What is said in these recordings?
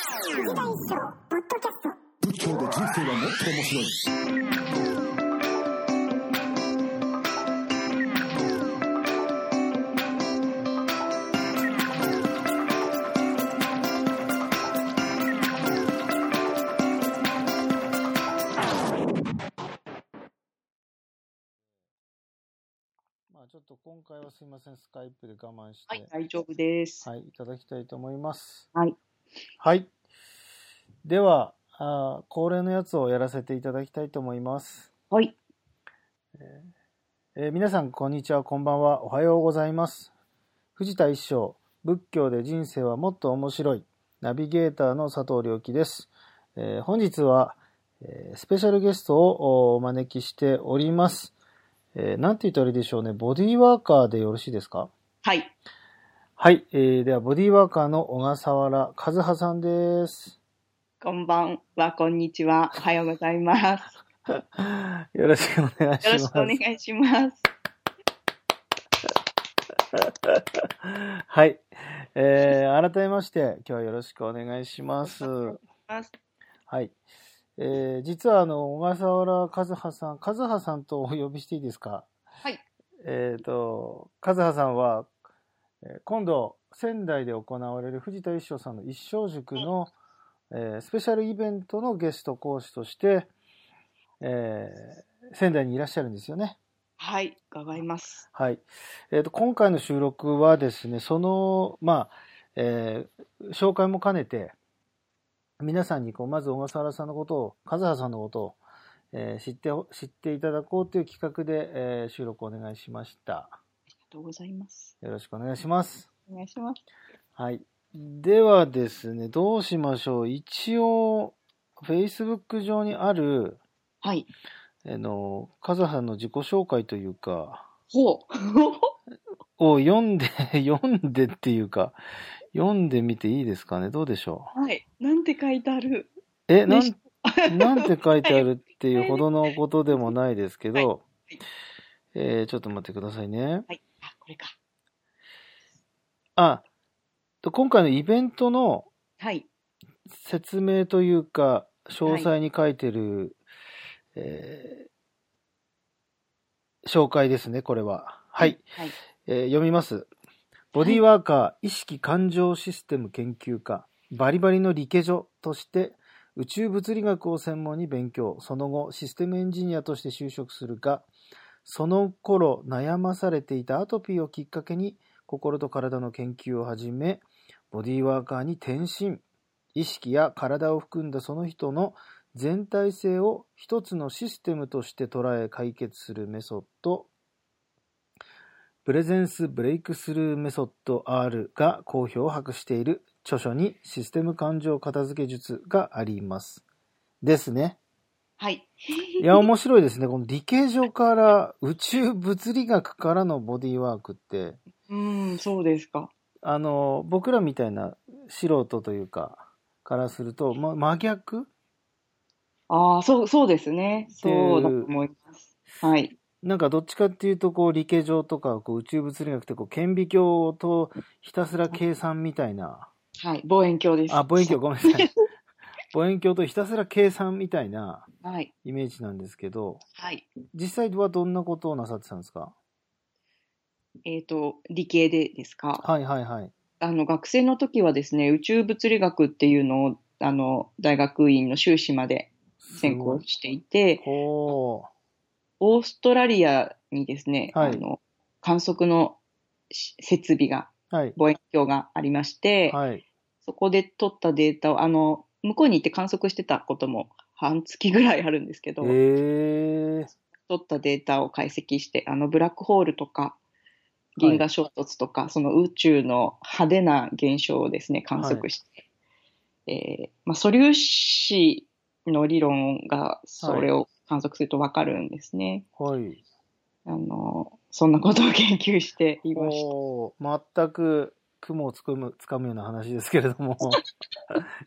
水大将ポッドキャスト仏教で人生はもっと面白い。まあちょっと今回はすいません、スカイプで我慢して、ははいい、、大丈夫です。い、ただきたいと思います。はい。はい。では、あー恒例のやつをやらせていただきたいと思います。はい。えー皆さん、こんにちは、こんばんは、おはようございます。藤田一生、仏教で人生はもっと面白い、ナビゲーターの佐藤良樹です。えー本日は、えースペシャルゲストをおお招きしております。えーなんて言ったらいいでしょうね、ボディーワーカーでよろしいですかはい。はい、えー、ではボディーワーカーの小笠原和葉さんです。こんばんは、こんにちは。おはようございまよろしくお願いします。す。よろしくお願いします。 はい、えー、改めまして今日はよろしくお願いします。ますはい、えー、実はあの小笠原和葉さん、和葉さんとお呼びしていいですか。はい。えっ、と和葉さんは、えー今度仙台で行われる藤田一生さんの一生塾の、えースペシャルイベントのゲスト講師として、えー仙台にいらっしゃるんですよね。はい、伺います。はい。えっ、と、今回の収録はですね、その、まあ、えー紹介も兼ねて、皆さんにこう、まず小笠原さんのことを、和葉さんのことを、えー知ってほ、知っていただこうという企画で、えー収録をお願いしました。ありがとうございます。よろしくお願いします。お願いします。はい。ではですね、どうしましょう。一応、Facebook 上にある、はい。あの、和葉さんの自己紹介というか、ほう。 を読んで、 読んでっていうか、読んでみていいですかねどうでしょはい。なんて書いてある。うえ、なねん、 なんて書いてあるっていうほどのことでもないですけど、えーちょっと待ってくださいね。はい。あ、これか。あ、と今回のイベントのはい。説明というか、詳細に書いてる、えー紹介ですね、これは。はい。はい。えー読みます。ボディーワーカー、意識感情システム研究家、バリバリの理系女として、宇宙物理学を専門に勉強、その後、システムエンジニアとして就職するが、その頃悩まされていたアトピーをきっかけに、心と体の研究を始め、ボディーワーカーに転身。意識や体を含んだその人の全体性を一つのシステムとして捉え解決するメソッド、プレゼンス・ブレイクスルー・メソッド R が好評を博している著書にシステム感情片付け術があります。ですね。はい。いや、面白いですね。この理系上から宇宙物理学からのボディーワークって、うーん、そうですか。あの、僕らみたいな素人というか、からすると、ま、真逆ああ、そう、そうですね。そうだと思います。はい。なんかどっちかっていうと、こう、理系上とか、こう、宇宙物理学って、こう、顕微鏡とひたすら計算みたいな、はい。望遠鏡です。 あ、望遠鏡、ごめんなさい。望遠鏡とひたすら計算みたいなはい。イメージなんですけど、はい。実際はどんなことをなさってたんですかえっ、と、理系でですか。はいはいはい。あの学生の時はですね、宇宙物理学っていうのをあの大学院の修士まです専ごい攻していて、ほー。オーストラリアにですね、はいあの観測のし設備が、はい。望遠鏡がありまして、はい。そこで取ったデータをあの、向こうに行って観測してたことも半月ぐらいあるんですけえど、ー。取ったデータを解析して、あのブラックホールとか、銀河衝突とか、その宇宙の派手な現象をですね、観測して、えーまあ、素粒子の理論がそれを観測するとわかるんですね。はい。あの、そんなことを研究していました。おー全く雲をつくむ、つかむような話ですけれど も。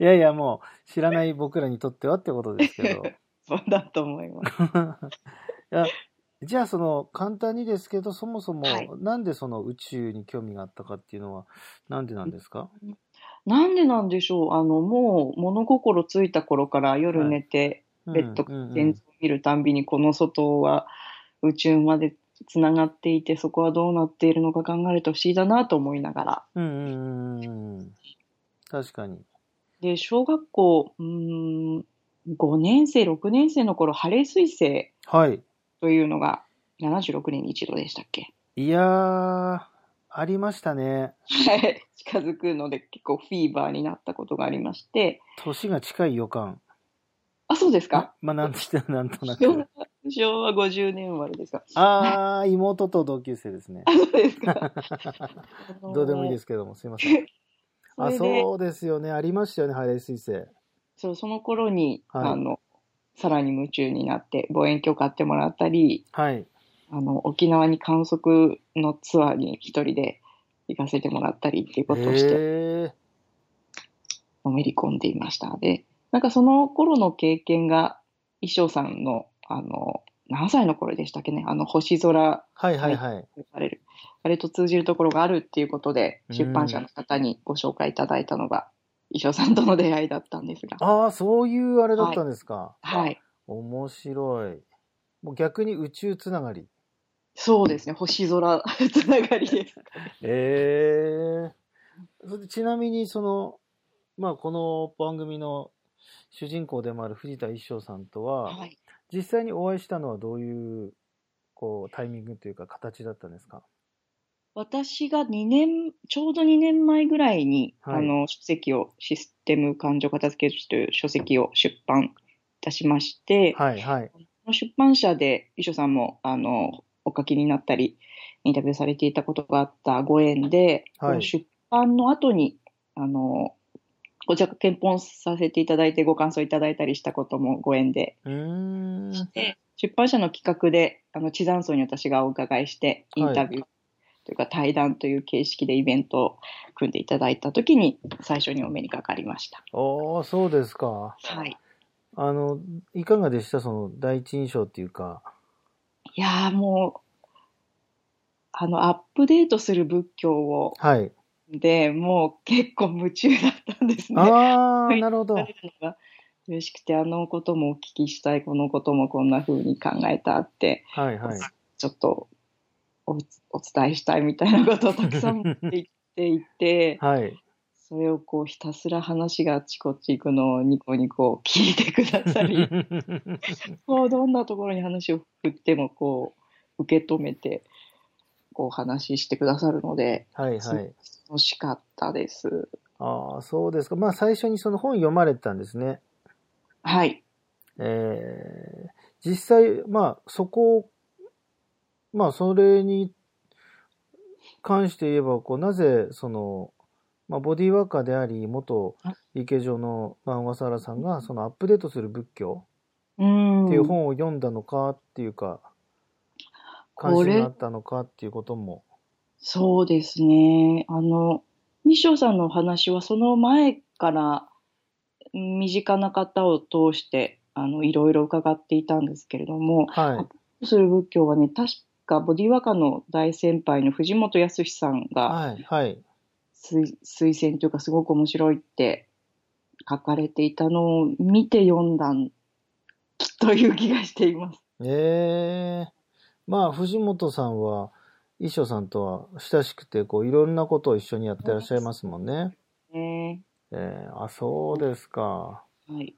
いやいや、もう、知らない僕らにとってはってことですけど。そうだと思います。 いやじゃあその簡単にですけどそもそもはいなんでその宇宙に興味があったかっていうのはなんでなんですか、なんでなんでしょうあの、もう物心ついた頃から夜寝て、ベッド、うんうん現像を見るたんびに、この外は宇宙までつながっていて、そこはどうなっているのか考えると不思議だなと思いながら。うんうんうんうん。確かに。で、小学校、うーん、5年生、6年生の頃、ハレー彗星はい。というのが76年に一度でしたっけいやー、ありましたね。はい近づくので結構フィーバーになったことがありまして、年が近い予感。あ、そうですかまあ、なんとしてなんとな昭く和。昭和50年生まれですかあー、妹と同級生ですね。あ、。そうですか。どうでもいいですすけども、すいま せん。あ、それでそうですよね。ありましたよね、ハレー彗星。そうその頃に、はいあの、さらに夢中になって望遠鏡買ってもらったり、はい。あの、沖縄に観測のツアーに一人で行かせてもらったりっていうへことをして、ー。のめり込んでいました。で、なんかその頃の経験が、衣装さんの、あの、何歳の頃でしたっけね、あの、星空はいはいはい。と呼ばれる、あれと通じるところがあるっていうことで、うん出版社の方にご紹介いただいたのが、衣装さんとの出会いだったんですが、あー、そういうあれだったんですか。はい。面白い。もう逆に宇宙つながり。そうですね、星空つながりです。ええそれでちなみに、その、まあ、この番組の主人公でもある藤田一生さんとは、はい。実際にお会いしたのはどういう、こう、タイミングというか、形だったんですか私が2年、ちょうど2年前ぐらいに、はいあの、書籍を、システム感情片付け術という書籍を出版いたしまして、はい、はい。出版社で、遺書さんも、あの、お書きになったり、インタビューされていたことがあったご縁で、はい出版の後に、あの、ご着検本させていただいて、ご感想いただいたりしたこともご縁で、うーん。出版社の企画で、あの、地山荘に私がお伺いして、インタビュー、というか対談という形式でイベントを組んでいただいたときに最初にお目にかかりました。ああ、そうですか。はい。あの、いかがでしたその、第一印象っていうか。いやーもう、あの、アップデートする仏教をはい。で、もう結構夢中だったんですね。ああ、なるほど。言われるのが嬉しくて、あのこともお聞きしたい、このこともこんな風に考えたって、はい、はい。ちょっとおお伝えしたいみたいなことをたくさん持って言っていて、 はい。それをこうひたすら話があっちこっち行くのをニコニコ聞いてくださ り、こうどんなところに話を振ってもこう受け止めて、こうお話ししてくださるので、はい、はい。楽しかったです。ああ、そうですか。まあ、最初にその本読まれてたんですね。はい。えー実際、まあ、そこを、まあ、それに関して言えば、こう、なぜ、その、まあ、ボディーワーカーであり、元理系上の、まあ、小笠原さんが、そのアップデートする仏教うん。っていう本を読んだのかっていうか、関こ心れがあったのかっていうことも。そうですね。あの、西尾さんのお話はその前からうん身近な方を通して、あの、いろいろ伺っていたんですけれども、はい。する仏教はね、確かボディワカの大先輩の藤本康さんがはい。はい。推推薦というかすごく面白いって書かれていたのを見て読んだんという気がしています。ええまあ、藤本さんは、衣装さんとは親しくて、こう、いろんなことを一緒にやってらっしゃいますもんね。ねええあ、そうですか。はい。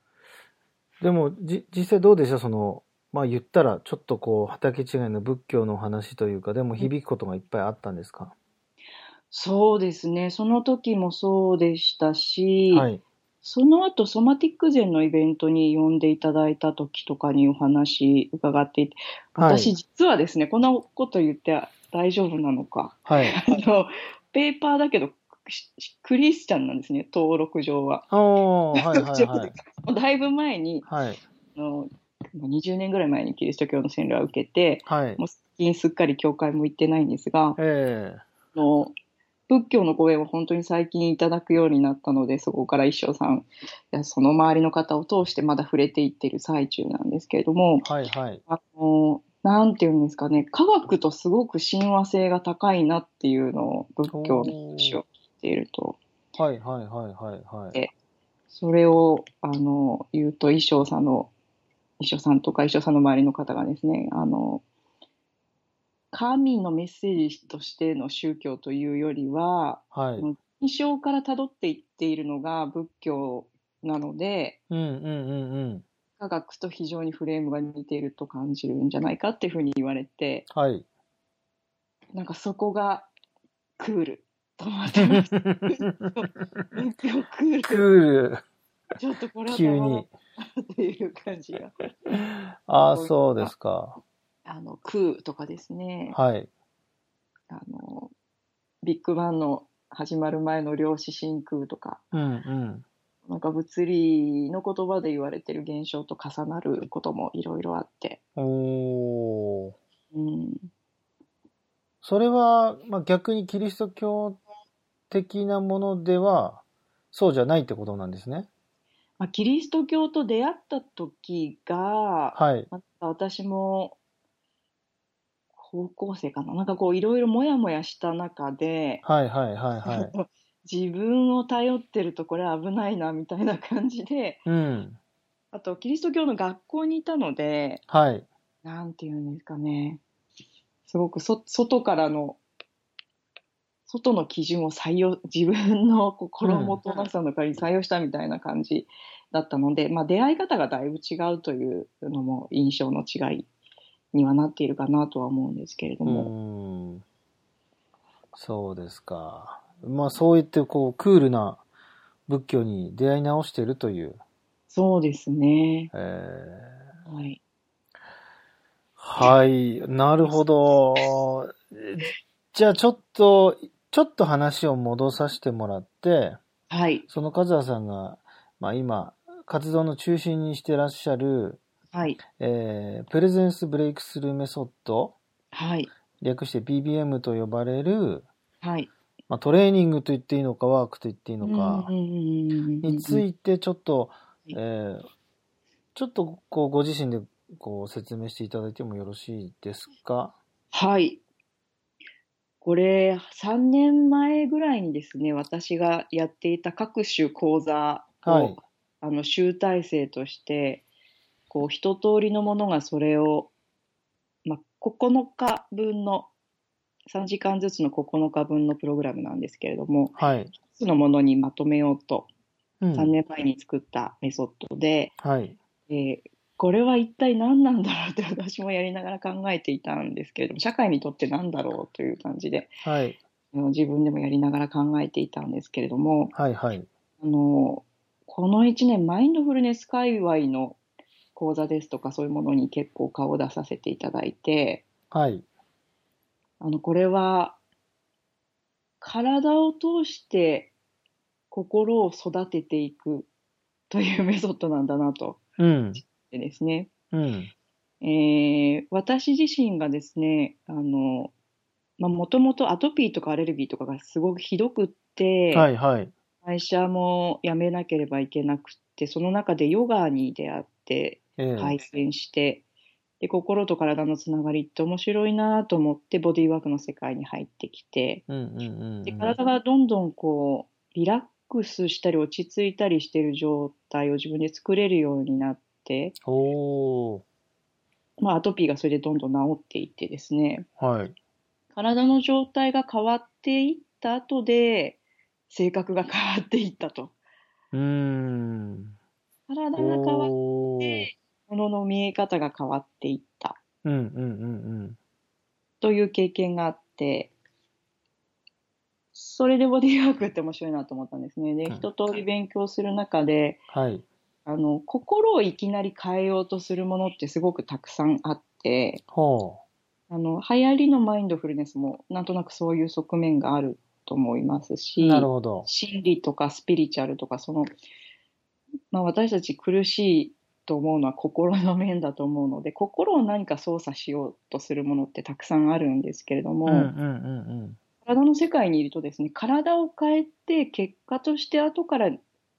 でも、じ、実際どうでしたその、まあ言ったら、ちょっとこう、畑違いの仏教の話というか、でも響くことがいっぱいあったんですか、そうですね。その時もそうでしたし、はい。その後、ソマティックゼンのイベントに呼んでいただいた時とかにお話伺っていて、はい私実はですね、こんなこと言って大丈夫なのか。はい。 あの、ペーパーだけど、ししクリスチャンなんですね、登録上は。ああ、はいはい登録は上いで。 もうだいぶ前に、はい。あの20年ぐらい前にキリスト教の洗礼を受けて、はいも。う最近すっかり教会も行ってないんですが、ええあの仏教の講演を本当に最近いただくようになったのでそこから一生さんいやその周りの方を通してまだ触れていってる最中なんですけれどもはいはい。あのなんていうんですかね科学とすごく親和性が高いなっていうのを仏教の話を聞いているとはいはいはいはいはい。えそれを、あの、言うと、衣装さんの、衣装さんとか衣装さんの周りの方がですね、あの、神のメッセージとしての宗教というよりは、はい。うん印象から辿っていっているのが仏教なので、うんうんうん。科学と非常にフレームが似ていると感じるんじゃないかっていうふうに言われて、はい。なんかそこがクールと思ってました。仏教クークル。ール。ちょっとこれはた急まらんに。っていう感じが。ああ、そうですか。あの、クーとかですね、はい。あの、ビッグバンの始まる前の量子真空とか、うんうん。なんか物理の言葉で言われてる現象と重なることもいろいろあって、おー。うん、それは、まあ、逆にキリスト教的なものでは、そうじゃないってことなんですね。まあ、キリスト教と出会った時が、はい。また私も高校生かな、なんかこういろいろモヤモヤした中で、はいはいはいはい。 自分を頼ってるとこれ危ないなみたいな感じで、 うん。あとキリスト教の学校にいたので、はい。なんていうんですかね、すごくそ外からの、外の基準を採用、自分のこう衣となさの代わりに採用したみたいな感じだったので、まあ出会い方がだいぶ違うというのも印象の違いにはなっているかなとは思うんですけれどうも、ん。そうですか。まあ、そう言って、こう、クールな仏教に出会い直してるという。そうですね。えはい。ー、はい。なるほど。じゃあ、ちょっと、ちょっと話を戻させてもらって、はい。その和也さんが、まあ、今、活動の中心にしてらっしゃる、はい。えープレゼンスブレイクスルーメソッド、はい。略して BBM と呼ばれる、はい。まあ、トレーニングと言っていいのか、ワークと言っていいのかう、んうんうんうんについてちょっと、うえんーちょっとこうご自身でこう説明していただいてもよろしいですかはい。これ、3年前ぐらいにですね、私がやっていた各種講座を、はいあの集大成として、こう、一通りのものがそれを、まあ、9日分の、3時間ずつの9日分のプログラムなんですけれども、はい。一つのものにまとめようと、う3ん。年前に作ったメソッドで、はい。えーこれは一体何なんだろうって私もやりながら考えていたんですけれども、社会にとって何だろうという感じで、はい。あの自分でもやりながら考えていたんですけれども、はい。はい。あのこの1年、マインドフルネス界隈の講座ですとか、そういうものに結構顔を出させていただいて、はい。あのこれは体を通して心を育てていくというメソッドなんだなと。うん。でですね、うん。えー私自身がですね、あの、まあ、もともとアトピーとかアレルギーとかがすごくひどくって、はい。はい。会社も辞めなければいけなくって、その中でヨガに出会って、ええ体験して、で、心と体のつながりって面白いなと思って、ボディーワークの世界に入ってきて、うんうんうんうん。で、体がどんどんこう、リラックスしたり落ち着いたりしてる状態を自分で作れるようになって、おー。まあ、アトピーがそれでどんどん治っていってですね、はい。体の状態が変わっていった後で、性格が変わっていったと。うーん。体が変わっおー。て、ものの見え方が変わっていったうんうんうんという経験があって、それでボディーワークって面白いなと思ったんですね。で、うん一通り勉強する中で、うん。はい。あの、心をいきなり変えようとするものってすごくたくさんあって、ほあの、流行りのマインドフルネスもなんとなくそういう側面があると思いますう。し、なるほど。心理とかスピリチュアルとかその、まあ、私たち苦しいと思うのは心の面だと思うので心を何か操作しようとするものってたくさんあるんですけれども、うんうんうんうん。体の世界にいるとですね体を変えて結果として後から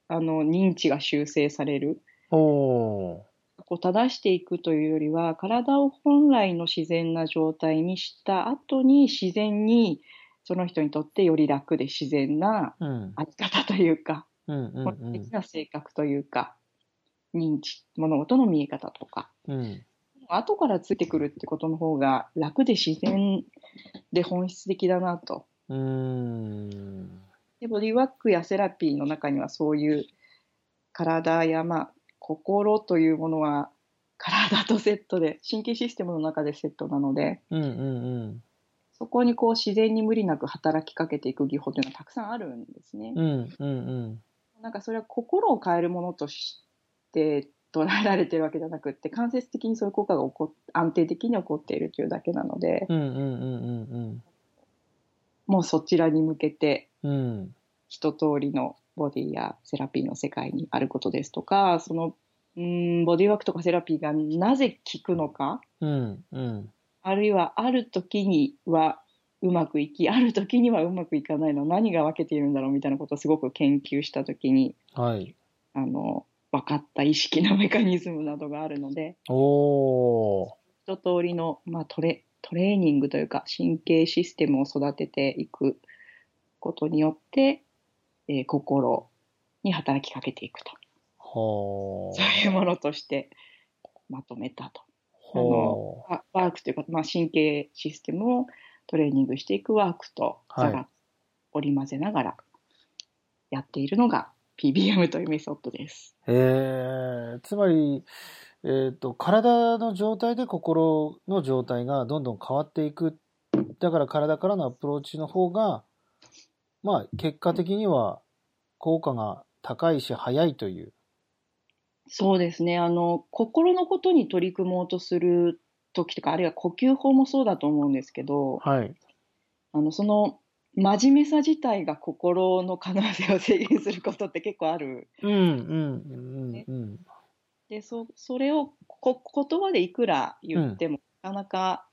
あの認知が修正されるおー。こう正していくというよりは体を本来の自然な状態にした後に自然にその人にとってより楽で自然なうん。あり方というか、うんう本質ん的な性格というか、認知、物事の見え方とか、うん。うん。後からついてくるってことの方が楽で自然で本質的だなと。うーん。で、ボディワークやセラピーの中にはそういう体や、まあ、心というものは体とセットで、神経システムの中でセットなので、うんうんそこにこう自然に無理なく働きかけていく技法というのはたくさんあるんですね。うん。うんうんなんかそれは心を変えるものとして捉えられてるわけじゃなくって、間接的にそういう効果が起こっ安定的に起こっているというだけなのでうん。う、んうんうんもうそちらに向けてうん。うん。一通りのボディやセラピーの世界にあることですとか、その、うーん、ボディワークとかセラピーがなぜ効くのか、うんうん。あるいはある時にはうまくいき、ある時にはうまくいかないの、何が分けているんだろうみたいなことをすごく研究した時に、はい。あの、分かった意識のメカニズムなどがあるので、おー。一通りの、まあ、トレトレーニングというか神経システムを育てていくことによって、えー心に働きかけていくとほそうー。いうものとしてまとめたとほワワークというか、まあ、神経システムをトレーニングしていくワークとは差いが織り交ぜながらやっているのが PBM というメソッドです。ー。えー、つまり、えっ、と、体の状態で心の状態がどんどん変わっていく。だから体からのアプローチの方が、まあ、結果的には効果が高いし、早いという。そうですね。あの、心のことに取り組もうとする時とか、あるいは呼吸法もそうだと思うんですけど、はい。あの、その、真面目さ自体が心の可能性を制限することって結構ある。 うん、うん、うん、うん。で、そ、それをこ言葉でいくら言っても、なかなか、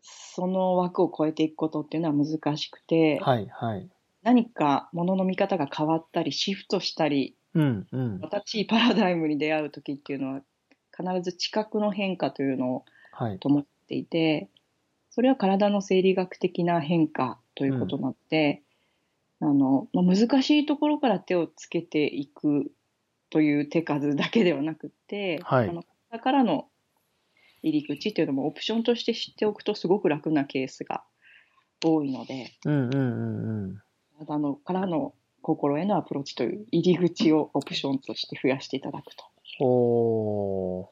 その枠を超えていくことっていうのは難しくて、はい、はい。何か物の見方が変わったり、シフトしたり、うん、うん。新しいパラダイムに出会う時っていうのは、必ず知覚の変化というのをはい。と思っていて、それは体の生理学的な変化ということなので、あの、まあ、難しいところから手をつけていくという手数だけではなくて、はいあの体からの入り口というのもオプションとして知っておくとすごく楽なケースが多いので、うん、うん、うん、うん。体のからの心へのアプローチという入り口をオプションとして増やしていただくと。おー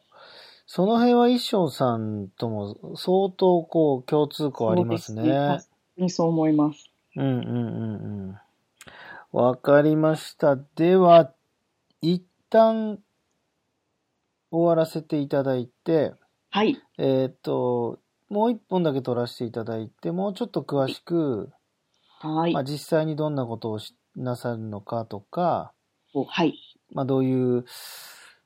その辺は一生さんとも相当こう共通項ありますね。そうで本当にそう思います。うんうんうんうん。わかりました。では、一旦終わらせていただいて、はい。えっ、と、もう一本だけ取らせていただいて、もうちょっと詳しく、はい。まあ、実際にどんなことをしなさるのかとか、はい。まあ、どういう、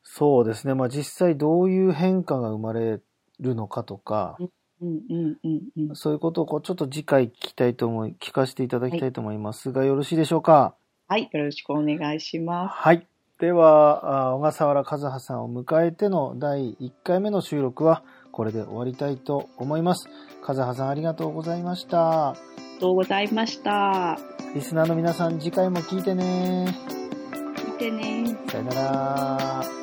そうですね、まあ、実際どういう変化が生まれるのかとか、うんうんうんうん。そういうことをこうちょっと次回聞きたいと思い、聞かせていただきたいと思いますが、よろしいでしょうか。はい、よろしくお願いします。はい。では、あ小笠原和葉さんを迎えての第1回目の収録は、これで終わりたいと思います。和葉さんありがとうございました。ありがとうございました。リスナーの皆さん次回も聞いてね。見てねさよなら。